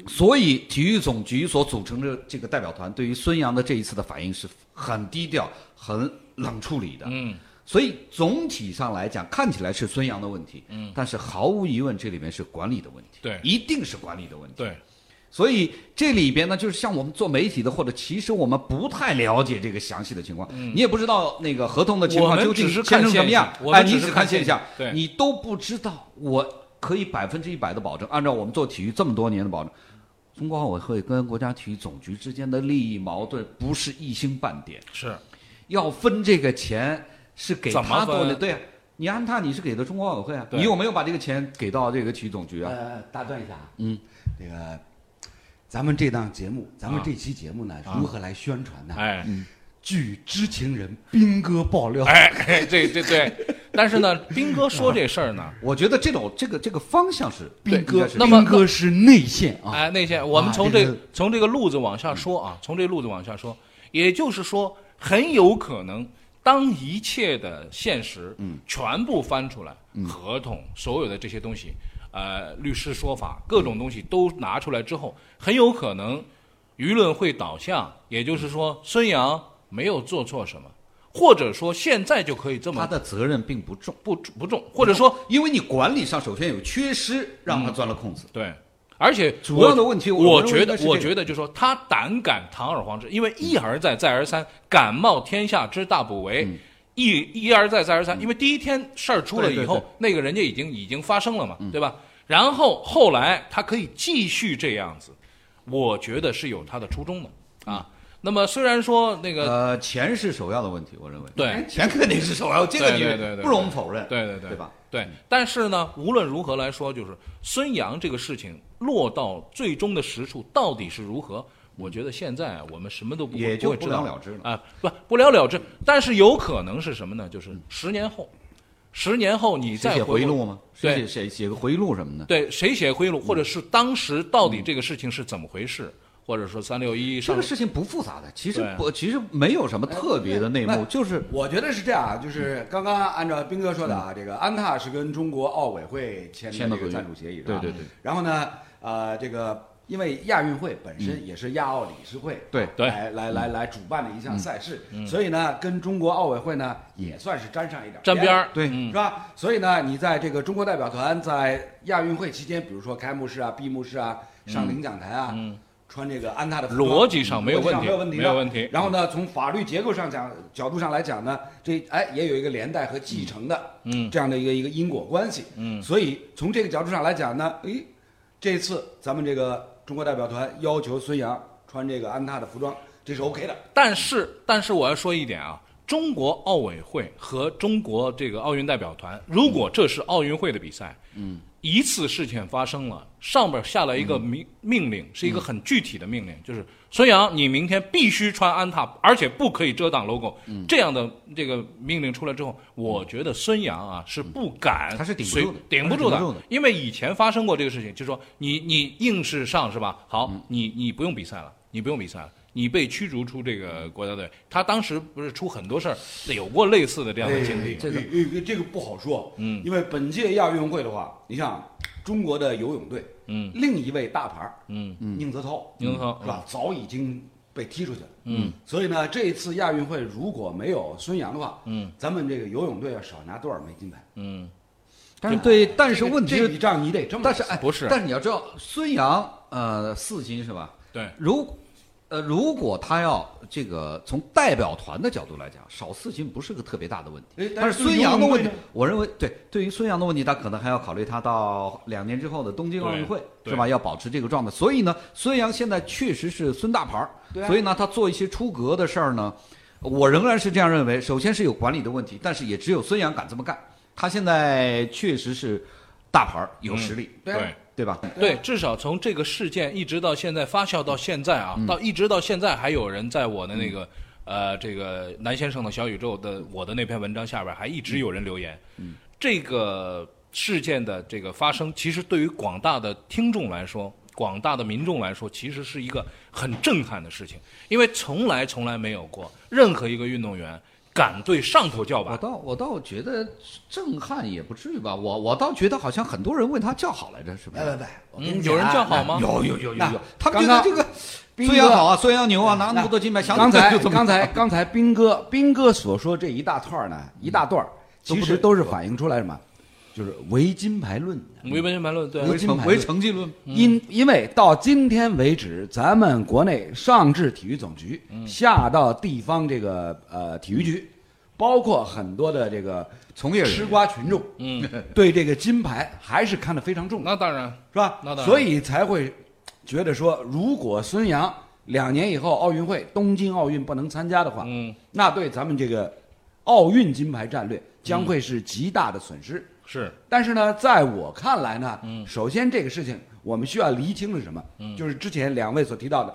Speaker 6: 所以体育总局所组成的这个代表团，对于孙杨的这一次的反应是很低调、很冷处理的。
Speaker 5: 嗯，
Speaker 6: 所以总体上来讲，看起来是孙杨的问题，嗯，但是毫无疑问，这里面是管理的问题，
Speaker 5: 对
Speaker 6: 一定是管理的问题。
Speaker 5: 对，
Speaker 6: 所以这里边呢，就是像我们做媒体的，或者其实我们不太了解这个详细的情况，你也不知道那个合同的情
Speaker 5: 嗯我
Speaker 6: 况
Speaker 5: 们
Speaker 6: 究竟
Speaker 5: 只是
Speaker 6: 签
Speaker 5: 看
Speaker 6: 成什么样
Speaker 5: 现象，我
Speaker 6: 哎，
Speaker 5: 们
Speaker 6: 你
Speaker 5: 只是
Speaker 6: 看
Speaker 5: 看现
Speaker 6: 象
Speaker 5: 象，对
Speaker 6: 你都不知道。我可以百分之一百的保证，按照我们做体育这么多年的保证，中国奥委会跟国家体育总局之间的利益矛盾不是一星半点，
Speaker 5: 是
Speaker 6: 要分这个钱是给
Speaker 5: 怎么
Speaker 6: 他多
Speaker 5: 分
Speaker 6: 的，对啊，你安踏你是给的中国奥委会啊，
Speaker 5: 对
Speaker 6: 你有没有把这个钱给到这个体育总局啊？
Speaker 7: 呃，打断一下啊，
Speaker 6: 嗯，
Speaker 7: 这个咱们这档节目，咱
Speaker 6: 啊
Speaker 7: 们这期节目呢，如何来宣传呢？
Speaker 5: 哎。
Speaker 7: 据知情人斌哥爆料，
Speaker 5: 哎，嘿这这对，但是呢，斌哥说这事儿呢，
Speaker 6: 我觉得这种这个这个方向是
Speaker 7: 斌
Speaker 6: 应
Speaker 7: 哥
Speaker 6: 该，是
Speaker 5: 那么
Speaker 7: 斌哥是内线啊，
Speaker 5: 哎，那些我们
Speaker 7: 啊
Speaker 5: 从
Speaker 7: 这
Speaker 5: 这
Speaker 7: 个嗯
Speaker 5: 从这个路子往下说啊，从这路子往下说，也就是说，很有可能当一切的现实
Speaker 7: 嗯
Speaker 5: 全部翻出来，合同所有的这些东西，呃，律师说法各种东西都拿出来之后，很有可能舆论会导向，也就是说，孙杨没有做错什么，或者说现在就可以这
Speaker 6: 他
Speaker 5: 么
Speaker 6: 的责任并不重，
Speaker 5: 不不重，或者说
Speaker 6: 因为你管理上首先有缺失，让他钻了空子。
Speaker 5: 对，而且
Speaker 6: 主
Speaker 5: 我
Speaker 6: 要的问题我
Speaker 5: 我
Speaker 6: 认为
Speaker 5: 觉
Speaker 6: 应该
Speaker 5: 得
Speaker 6: 是，这
Speaker 5: 我
Speaker 6: 个
Speaker 5: 觉得就是说，他胆敢堂而皇之，因为一而再，再而三，敢冒天下之大不韪，一一而再，再而三，因为第一天事儿出了
Speaker 6: 嗯对对嗯
Speaker 5: 以后，那个人家已经已经发生了嘛，对吧？然后后来他可以继续这样子，我觉得是有他的初衷的啊。
Speaker 6: 嗯
Speaker 5: 那么虽然说那个
Speaker 6: 呃，钱是首要的问题，我认为。
Speaker 5: 嗯对
Speaker 6: 哎，钱肯定是首要，这个
Speaker 5: 对
Speaker 6: 你
Speaker 5: 对对对
Speaker 6: 不容否认。
Speaker 5: 对对对，
Speaker 6: 对吧？
Speaker 5: 对，但是呢，无论如何来说，就是孙杨这个事情落到最终的实处到底是如何，我觉得现在啊我们什么都不会
Speaker 6: 也就
Speaker 5: 不会知道
Speaker 6: 不了了之了
Speaker 5: 啊，不不了了之。但是有可能是什么呢？就是十年后，十年后你
Speaker 6: 谁
Speaker 5: 再
Speaker 6: 写
Speaker 5: 回
Speaker 6: 回忆
Speaker 5: 顾
Speaker 6: 录吗？谁写
Speaker 5: 对
Speaker 6: 写写个回忆录什么的。
Speaker 5: 对，谁写回忆录，或者
Speaker 6: 嗯
Speaker 5: 是当时到底这个事情是怎么回事，或者说三六一
Speaker 6: 这
Speaker 5: 上
Speaker 6: 个事情不复杂的，其实
Speaker 5: 对哎
Speaker 6: 不，其实没有什么特别的内幕，
Speaker 7: 那
Speaker 6: 就是嗯
Speaker 7: 我觉得是这样啊，就是刚刚按照斌哥说的啊，这个安踏是跟中国奥委会签
Speaker 6: 签的
Speaker 7: 的这
Speaker 6: 合
Speaker 7: 个
Speaker 6: 约
Speaker 7: 赞助协议，是
Speaker 6: 对
Speaker 7: 吧
Speaker 6: 对对。
Speaker 7: 然后呢，呃，这个因为亚运会本身也是亚奥理事会
Speaker 6: 嗯对
Speaker 5: 对
Speaker 7: 来来来来主办的一项赛事，
Speaker 5: 嗯
Speaker 7: 所以呢，跟中国奥委会呢也算是沾上一点
Speaker 5: 沾边
Speaker 7: 边
Speaker 5: 儿，
Speaker 6: 对
Speaker 5: 嗯
Speaker 7: 是吧？所以呢，你在这个中国代表团在亚运会期间，比如说开幕式啊、闭幕式啊、上领奖台啊，
Speaker 5: 嗯
Speaker 7: 穿这个安踏的服装
Speaker 5: 逻辑上没有
Speaker 7: 逻辑
Speaker 5: 问
Speaker 7: 上
Speaker 5: 题，
Speaker 7: 没有问题的，
Speaker 5: 没有问题。嗯
Speaker 7: 然后呢，从法律结构上讲角度上来讲呢，这哎也有一个连带和继承的
Speaker 5: 嗯
Speaker 7: 这样的一个一个因果关系。
Speaker 5: 嗯
Speaker 7: 所以从这个角度上来讲呢，诶，这次咱们这个中国代表团要求孙杨穿这个安踏的服装，这是 OK 的。
Speaker 5: 但是，但是我要说一点啊，中国奥委会和中国这个奥运代表团，如果这是奥运会的比赛，嗯，一次事件发生了，上边下了一
Speaker 6: 嗯
Speaker 5: 个命命令，是一个很具体的命令，就是孙杨，你明天必须穿安踏，而且不可以遮挡 logo。这
Speaker 6: 嗯
Speaker 5: 样的这个命令出来之后，我觉得孙杨啊是不敢，
Speaker 6: 他是顶不
Speaker 5: 随
Speaker 6: 住的
Speaker 5: 顶不
Speaker 6: 他是
Speaker 5: 住
Speaker 6: 顶不住的
Speaker 5: 因为以前发生过这个事情，就是说你你硬是上是吧？好，
Speaker 7: 嗯
Speaker 5: 你你不用比赛了，你不用比赛了，你被驱逐出这个国家队。他当时不是出很多事儿，有过类似的这样的经历。
Speaker 7: 哎这个这个不好说，啊
Speaker 5: 嗯
Speaker 7: 因为本届亚运会的话，你像中国的游泳队，
Speaker 5: 嗯
Speaker 7: 另一位大牌儿
Speaker 5: 嗯，
Speaker 7: 宁泽涛，嗯
Speaker 5: 宁泽涛
Speaker 7: 是吧？早已经被踢出去了。
Speaker 5: 嗯，
Speaker 7: 所以呢，这一次亚运会如果没有孙杨的话，
Speaker 5: 嗯，
Speaker 7: 咱们这个游泳队要少拿多少枚金牌？
Speaker 5: 嗯，
Speaker 6: 但是对，但是
Speaker 7: 这个
Speaker 6: 问题
Speaker 7: 这笔
Speaker 6: 是，
Speaker 7: 账你得这么
Speaker 6: 但是哎，
Speaker 5: 不是
Speaker 6: 但是你要知道，孙杨呃四金是吧？
Speaker 5: 对，
Speaker 6: 如呃，如果他要这个从代表团的角度来讲，少四金不是个特别大的问
Speaker 7: 哎
Speaker 6: 题。
Speaker 7: 但
Speaker 6: 但
Speaker 7: 是
Speaker 6: 是
Speaker 7: 对
Speaker 6: 孙杨的问
Speaker 7: 游泳队
Speaker 6: 题
Speaker 7: 呢，
Speaker 6: 我认为对，对于孙杨的问题，他可能还要考虑他到两年之后的东京奥运会
Speaker 5: 对
Speaker 6: 是吧？要保持这个状态。所以呢，孙杨现在确实是孙大牌儿
Speaker 7: 对啊
Speaker 6: 所以呢，他做一些出格的事儿呢，我仍然是这样认为。首先是有管理的问题，但是也只有孙杨敢这么干。他现在确实是大牌儿有实力，
Speaker 7: 对啊
Speaker 5: 对
Speaker 6: 对吧？
Speaker 5: 对，至少从这个事件一直到现在发酵到现在啊，到一直到现在还有人在我的那个、呃这个南先生的小宇宙的我的那篇文章下边还一直有人留言，嗯，这个事件的这个发生，其实对于广大的听众来说。广大的民众来说，其实是一个很震撼的事情，因为从来从来没有过任何一个运动员敢对上头叫
Speaker 6: 我
Speaker 5: 板。
Speaker 6: 倒我倒觉得震撼也不至于吧，我我倒觉得好像很多人为他叫好来着，是不
Speaker 7: 哎，拜
Speaker 6: 是？
Speaker 7: 拜，我跟
Speaker 5: 嗯，
Speaker 7: 你
Speaker 5: 有
Speaker 7: 讲
Speaker 5: 人
Speaker 7: 啊
Speaker 5: 叫好吗？
Speaker 6: 有有有有
Speaker 7: 那
Speaker 6: 有，他们觉得
Speaker 7: 刚刚
Speaker 6: 这个
Speaker 7: 斌
Speaker 6: 孙
Speaker 7: 哥
Speaker 6: 杨好啊，孙杨牛啊，拿那
Speaker 7: 那
Speaker 6: 么多金牌，想
Speaker 7: 刚
Speaker 6: 怎么
Speaker 7: 才
Speaker 6: 就怎么
Speaker 7: 刚才刚才斌哥斌哥所说这一大串儿呢，一大段儿
Speaker 6: 嗯都
Speaker 7: 其
Speaker 6: 不
Speaker 7: 实
Speaker 6: 对
Speaker 7: 都是反映出来什么？就是唯金牌论的。
Speaker 5: 没文言论对，啊
Speaker 6: 为嗯
Speaker 7: 金
Speaker 6: 成
Speaker 7: 牌
Speaker 6: 为成嗯绩论，
Speaker 7: 因因为到今天为止，咱们国内上至体育总局，
Speaker 6: 嗯
Speaker 7: 下到地方这个呃体育局，包括很多的这个
Speaker 6: 从业人
Speaker 7: 吃
Speaker 6: 员
Speaker 7: 瓜群众，
Speaker 5: 嗯，
Speaker 7: 对这个金牌还是看得非常重的，
Speaker 5: 那当然，
Speaker 7: 是吧？
Speaker 5: 那当然
Speaker 7: 所以才会觉得说，如果孙杨两年以后奥运会东京奥运不能参加的话，
Speaker 5: 嗯，
Speaker 7: 那对咱们这个奥运金牌战略将会是极大的损失。
Speaker 5: 是
Speaker 7: 但是呢，在我看来呢，
Speaker 5: 嗯
Speaker 7: 首先这个事情我们需要厘清的是什么？就是之前两位所提到的，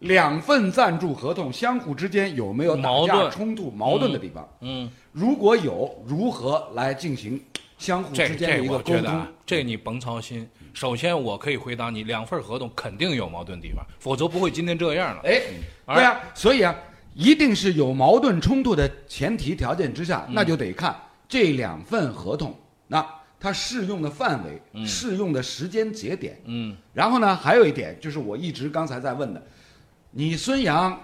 Speaker 7: 两份赞助合同相互之间有没有打
Speaker 5: 矛
Speaker 7: 架
Speaker 5: 盾
Speaker 7: 冲突、矛盾的地方？
Speaker 5: 嗯。
Speaker 7: 如果有，如何来进行相互
Speaker 5: 这
Speaker 7: 之间的
Speaker 5: 这
Speaker 7: 一个
Speaker 5: 我
Speaker 7: 沟
Speaker 5: 觉得
Speaker 7: 通
Speaker 5: 啊？，这
Speaker 6: 嗯
Speaker 5: 你甭操心。首先，我可以回答你，两份合同肯定有矛盾地方，否则不会今天这样了。
Speaker 7: 哎，对啊，所以啊，一定是有矛盾冲突的前提条件之
Speaker 5: 嗯
Speaker 7: 下，那就得看这两份合同，那它适用的范围、适用的时间节点。
Speaker 5: 嗯，
Speaker 7: 然后呢，还有一点就是我一直刚才在问的，你孙杨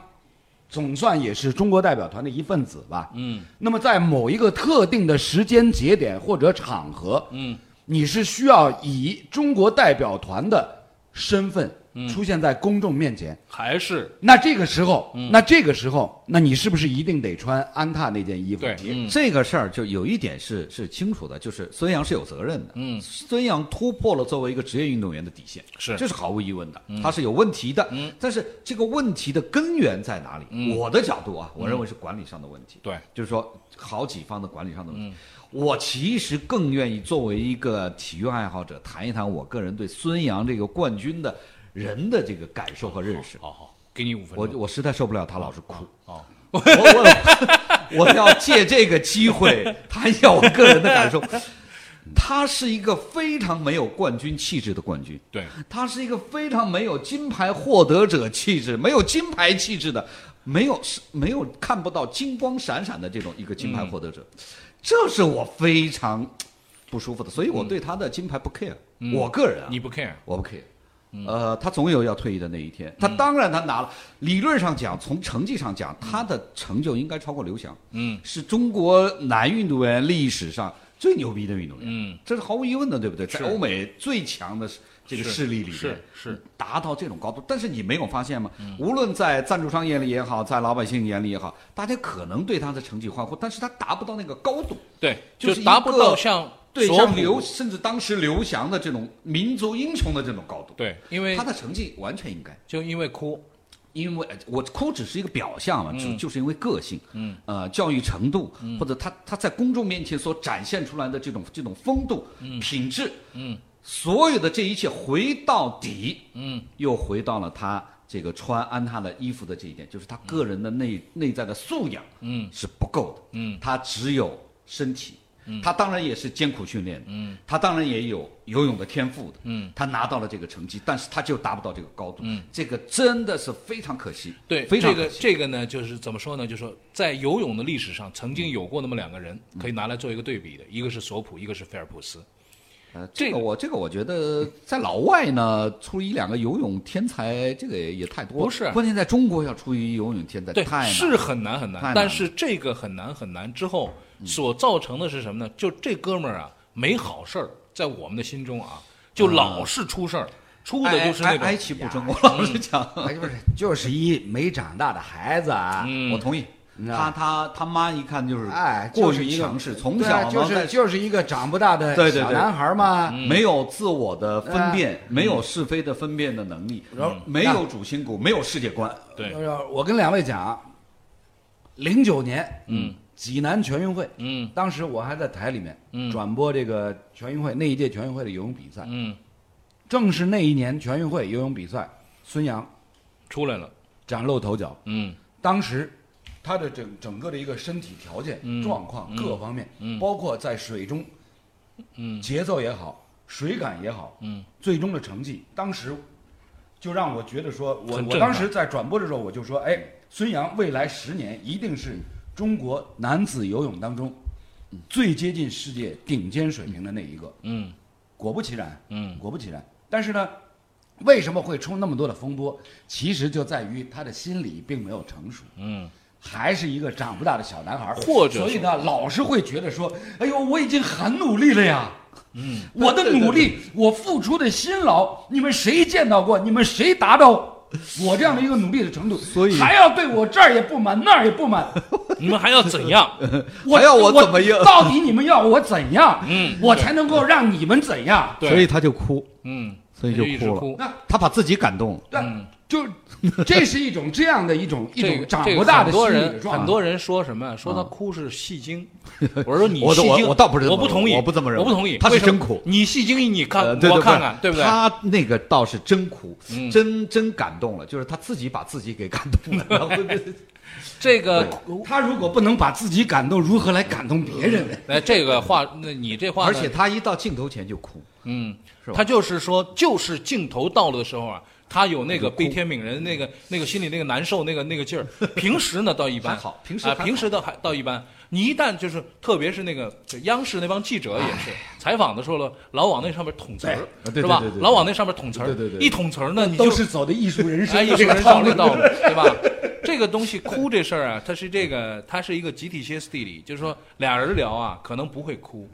Speaker 7: 总算也是中国代表团的一份子吧？
Speaker 5: 嗯，
Speaker 7: 那么在某一个特定的时间节点或者场合，
Speaker 5: 嗯，
Speaker 7: 你是需要以中国代表团的身份
Speaker 5: 嗯
Speaker 7: 出现在公众面前。
Speaker 5: 还是
Speaker 7: 那这个时候，
Speaker 5: 嗯
Speaker 7: 那这个时候，那你是不是一定得穿安踏那件衣服？
Speaker 5: 对，嗯
Speaker 6: 这个事儿就有一点是是清楚的，就是孙杨是有责任的。
Speaker 5: 嗯
Speaker 6: 孙杨突破了作为一个职业运动员的底线，
Speaker 5: 是
Speaker 6: 这是毫无疑问的，他是有问题的。
Speaker 5: 嗯
Speaker 6: 但是这个问题的根源在哪里？
Speaker 5: 嗯
Speaker 6: 我的角度啊，我认为是管理上的问题。
Speaker 5: 对，
Speaker 6: 就是说好几方的管理上的问题。
Speaker 5: 嗯
Speaker 6: 我其实更愿意作为一个体育爱好者，谈一谈我个人对孙杨这个冠军的人的这个感受和认识。
Speaker 5: 好好，给你五分
Speaker 6: 我
Speaker 5: 钟。
Speaker 6: 我实在受不了他老是哭。
Speaker 5: 哦，
Speaker 6: 我我我要借这个机会谈一下我个人的感受。他是一个非常没有冠军气质的冠军，
Speaker 5: 对，
Speaker 6: 他是一个非常没有金牌获得者气质、没有金牌气质的，没有是没有看不到金光闪闪的这种一个
Speaker 5: 嗯
Speaker 6: 金牌获得者，这是我非
Speaker 5: 嗯
Speaker 6: 常不舒服的，所以我对他的金牌不 care，、我个人啊、
Speaker 5: 你不 care，
Speaker 6: 我不 care。
Speaker 5: 嗯
Speaker 6: 呃，他总有要退役的那一天。他当然他拿了，理论上讲，从成绩上讲，他的成就应该超过刘翔，
Speaker 5: 嗯
Speaker 6: 是中国男运动员历史上最牛逼的运动员，
Speaker 5: 嗯，
Speaker 6: 这是毫无疑问的，对不对？在
Speaker 5: 是
Speaker 6: 欧美最强的这个
Speaker 5: 是
Speaker 6: 势力里边
Speaker 5: 是，是，嗯
Speaker 6: 达到这种高度。但是你没有发现吗？无论在赞助商眼里也好，在老百姓眼里也好，大家可能对他的成绩欢呼，但是他达不到那个高度，
Speaker 5: 对，
Speaker 6: 就是
Speaker 5: 达
Speaker 6: 一
Speaker 5: 不
Speaker 6: 个
Speaker 5: 到像
Speaker 6: 对
Speaker 5: 索
Speaker 6: 像
Speaker 5: 普
Speaker 6: 刘甚至当时刘翔的这种民族英雄的这种高度，
Speaker 5: 对，因为
Speaker 6: 他的成绩完全应该。
Speaker 5: 就因为哭，
Speaker 6: 因为呃我哭只是一个表象嘛，只、就是因为个性，
Speaker 5: 嗯，
Speaker 6: 呃，教育程度，或者他他在公众面前所展现出来的这种这种风度、品质，
Speaker 5: 嗯，
Speaker 6: 所有的这一切回到底，
Speaker 5: 嗯，
Speaker 6: 又回到了他这个穿安踏的衣服的这一点，就是他个人的内、内在的素养，
Speaker 5: 嗯，
Speaker 6: 是不够的，
Speaker 5: 嗯，
Speaker 6: 他只有身体。他当然也是艰苦训练的，嗯，他当然也有游泳的天赋的，
Speaker 5: 嗯，
Speaker 6: 他拿到了这个成绩，但是他就达不到这个高度，
Speaker 5: 嗯，
Speaker 6: 这个真的是非常可惜，
Speaker 5: 对，
Speaker 6: 非常
Speaker 5: 这
Speaker 6: 可
Speaker 5: 个
Speaker 6: 惜，
Speaker 5: 这个呢，就是怎么说呢？就是说在游泳的历史上，曾经有过那么两个人
Speaker 6: 嗯
Speaker 5: 可以拿来做一个对比的，一个是索普，一个是菲尔普斯。
Speaker 6: 呃
Speaker 5: 这
Speaker 6: 这个
Speaker 5: 个
Speaker 6: 我这个我觉得在老外呢，出一两个游泳天才，这个也也太多了，
Speaker 5: 不是
Speaker 6: 关键在中国要出一游泳天才，
Speaker 5: 对
Speaker 6: 太，难
Speaker 5: 是很难很
Speaker 6: 太
Speaker 5: 难，
Speaker 6: 难嗯
Speaker 5: 但是这个很难很难之后所造成的是什么呢？就这哥们儿啊，没好事儿，在我们的心中啊，就
Speaker 6: 嗯
Speaker 5: 老是出事儿，出的就是那
Speaker 6: 哀哀
Speaker 5: 种。
Speaker 6: 其不争，我老实讲，
Speaker 7: 哎，不是，就是一没长大的孩子啊。
Speaker 5: 嗯
Speaker 6: (laughs) 我同意。
Speaker 7: 嗯
Speaker 6: 他他他妈一看就是
Speaker 7: 哎，
Speaker 6: 过
Speaker 7: 就是
Speaker 6: 于
Speaker 7: 一个
Speaker 6: 强势，从
Speaker 7: 对啊
Speaker 6: 小
Speaker 7: 就
Speaker 6: 嘛
Speaker 7: 是嗯
Speaker 6: 在
Speaker 7: 就是一个长不大的
Speaker 6: 对对
Speaker 7: 小
Speaker 6: 对
Speaker 7: 男孩嘛。
Speaker 5: 嗯
Speaker 6: 没有自我的
Speaker 7: 啊
Speaker 6: 分辨，
Speaker 7: 嗯
Speaker 6: 没有是非的分辨的能力，然后没有主心骨，没有世界观。
Speaker 5: 嗯对，
Speaker 7: 呃我跟两位讲，零九年，
Speaker 5: 嗯，
Speaker 7: 济南全运会，
Speaker 5: 嗯
Speaker 7: 当时我还在台里面，
Speaker 5: 嗯
Speaker 7: 转播这个全运会那一届全运会的游泳比赛，
Speaker 5: 嗯，
Speaker 7: 正是那一年全运会游泳比赛，孙杨
Speaker 5: 出来了，
Speaker 7: 崭露头角，
Speaker 5: 嗯
Speaker 7: 当时他的整整个的一个身体条件、
Speaker 5: 嗯
Speaker 7: 状况
Speaker 5: 嗯
Speaker 7: 各方面，
Speaker 5: 嗯
Speaker 7: 包括在水中，
Speaker 5: 嗯
Speaker 7: 节奏也好，水感也好，
Speaker 5: 嗯
Speaker 7: 最终的成绩，当时就让我觉得说，我
Speaker 5: 很
Speaker 7: 我
Speaker 5: 震
Speaker 7: 当
Speaker 5: 撼
Speaker 7: 时在转播的时候，我就说，哎，孙杨未来十年一定是中国男子游泳当中最接近世界顶尖水平的那一个。
Speaker 5: 嗯
Speaker 7: 果不其然，
Speaker 5: 嗯
Speaker 7: 果不其然。但是呢，为什么会出那么多的风波？其实就在于他的心理并没有成熟。
Speaker 5: 嗯，
Speaker 7: 还是一个长不大的小男孩儿，
Speaker 5: 或者
Speaker 7: 所以
Speaker 5: 说
Speaker 7: 呢，老是会觉得说，哎呦，我已经很努力了呀，嗯，我的
Speaker 6: 对对
Speaker 7: 努力，我付出的辛劳，你们谁见到过？你们谁达到我这样的一个努力的程度？所
Speaker 6: 以
Speaker 7: 还要对我这儿也不满，那儿也不满，
Speaker 5: 你们还要怎样？
Speaker 7: 我
Speaker 6: (laughs) 还要我怎么样
Speaker 7: 我到底你们要我怎样？
Speaker 5: 嗯
Speaker 7: 我才能够让你们怎样？
Speaker 5: 对，
Speaker 6: 他就哭，
Speaker 5: 嗯，
Speaker 6: 所以
Speaker 5: 他
Speaker 6: 就
Speaker 5: 就一直
Speaker 6: 哭了
Speaker 5: 哭。
Speaker 6: 他把自己感动了。
Speaker 7: 对，就这是一种这样的一种一
Speaker 5: 嗯这
Speaker 7: 种
Speaker 5: 个
Speaker 7: 长
Speaker 5: 这
Speaker 7: 不
Speaker 5: 个
Speaker 7: 大的
Speaker 5: 很多
Speaker 7: 心理
Speaker 5: 人
Speaker 7: 的状态。
Speaker 5: 很多人说什么？说他哭是戏
Speaker 6: (laughs)
Speaker 5: 精。我说你
Speaker 6: 嗯我
Speaker 5: 戏
Speaker 6: 我
Speaker 5: 精，
Speaker 6: 我倒不是这么
Speaker 5: 我不同意，
Speaker 6: 我不这么认为
Speaker 5: 我不同意。
Speaker 6: 他是
Speaker 5: 为什么
Speaker 6: 真哭
Speaker 5: 你戏精，你看
Speaker 6: 呃，对
Speaker 5: 我
Speaker 6: 对
Speaker 5: 看看，对不对？
Speaker 6: 他那个倒是真哭，
Speaker 5: 嗯
Speaker 6: 真真感动了，就是他自己把自己给感动了。然后
Speaker 5: (laughs) 这个，
Speaker 7: 他如果不能把自己感动，如何来感动别人呢？
Speaker 5: 哎，这个话，那你这话
Speaker 6: 而
Speaker 5: 呢，
Speaker 6: 且他一到镜头前就哭，
Speaker 5: 嗯
Speaker 6: 是，吧
Speaker 5: 他就是说，就是镜头到了的时候啊，他有那个悲天悯人那个那个心里那个难受那个那个劲
Speaker 6: (laughs)
Speaker 5: 儿。平时呢倒一般，
Speaker 6: 还好平时
Speaker 5: 啊、
Speaker 6: 还好
Speaker 5: 平时倒还倒一般。你一旦就是，特别是那个就央视那帮记者也是采访的时候了，老往那上面捅词儿，
Speaker 6: 对哎对
Speaker 5: 是吧
Speaker 6: 对对？对
Speaker 5: 老往那上面捅词儿，
Speaker 6: 对对对
Speaker 5: 一捅词儿呢，你就
Speaker 7: 都是走的艺术人
Speaker 5: 哎，
Speaker 7: 生
Speaker 5: 一
Speaker 7: 的这
Speaker 5: 群
Speaker 7: 个
Speaker 5: 人
Speaker 7: 道
Speaker 5: 上
Speaker 7: 路
Speaker 5: 这。道路，对吧？这个东西哭这事儿啊，它是这个，它是一个集体歇斯底里，就是说俩人聊啊，可能不会哭，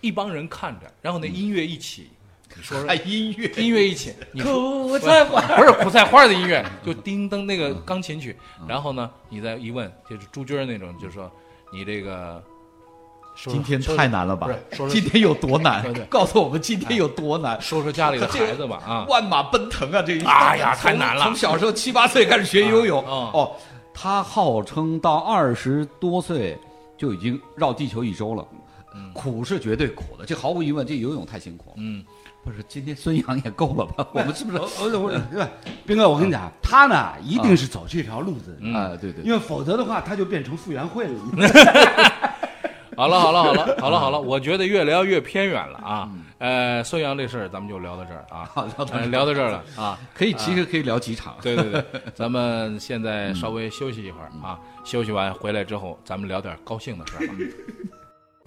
Speaker 5: 一帮人看着，然后那音乐一起，你说说
Speaker 6: 哎，音乐
Speaker 5: 音乐一起，你说
Speaker 7: 苦菜花，
Speaker 5: 不是苦菜花的音乐，就叮当那个钢琴曲，
Speaker 6: 嗯
Speaker 5: 然后呢，你再一问，就是朱军儿那种，就是说你这个说
Speaker 6: 今天
Speaker 5: 说
Speaker 6: 太难了吧
Speaker 5: 不是？嗯说说
Speaker 6: 今天有多
Speaker 5: 对
Speaker 6: 难
Speaker 5: 对？
Speaker 6: 告诉我们今天有多难？
Speaker 5: 说说家里的孩子吧啊，
Speaker 6: 万马奔腾啊！这一
Speaker 5: 哎呀
Speaker 6: 从
Speaker 5: 太难了
Speaker 6: 从小时候七八岁开始学游泳，
Speaker 5: 啊啊
Speaker 6: 哦，他号称到二十多岁就已经绕地球一周了，苦是绝对苦的，这毫无疑问，这游泳太辛苦了。
Speaker 5: 嗯，
Speaker 6: 不是，今天孙杨也够了吧？我们是哎不是？
Speaker 7: 我我我对吧？斌哥，我跟你讲，他呢一定是走这条路子，
Speaker 6: 啊，对对，
Speaker 7: 因为否则的话，他就变成傅园慧了。
Speaker 5: 好了好了好了好了好了，我觉得越聊越偏远了啊。呃，孙杨这事儿咱们就聊到这儿啊，
Speaker 6: 嗯 (laughs) 好聊到这儿
Speaker 5: 呃聊到这儿了
Speaker 6: (laughs)
Speaker 5: 啊。
Speaker 6: 可以，其实可以聊几场。
Speaker 5: 对对对，咱们现
Speaker 6: 嗯
Speaker 5: 在稍微休息一会儿啊，休息完回来之后，咱们聊点高兴的事儿吧。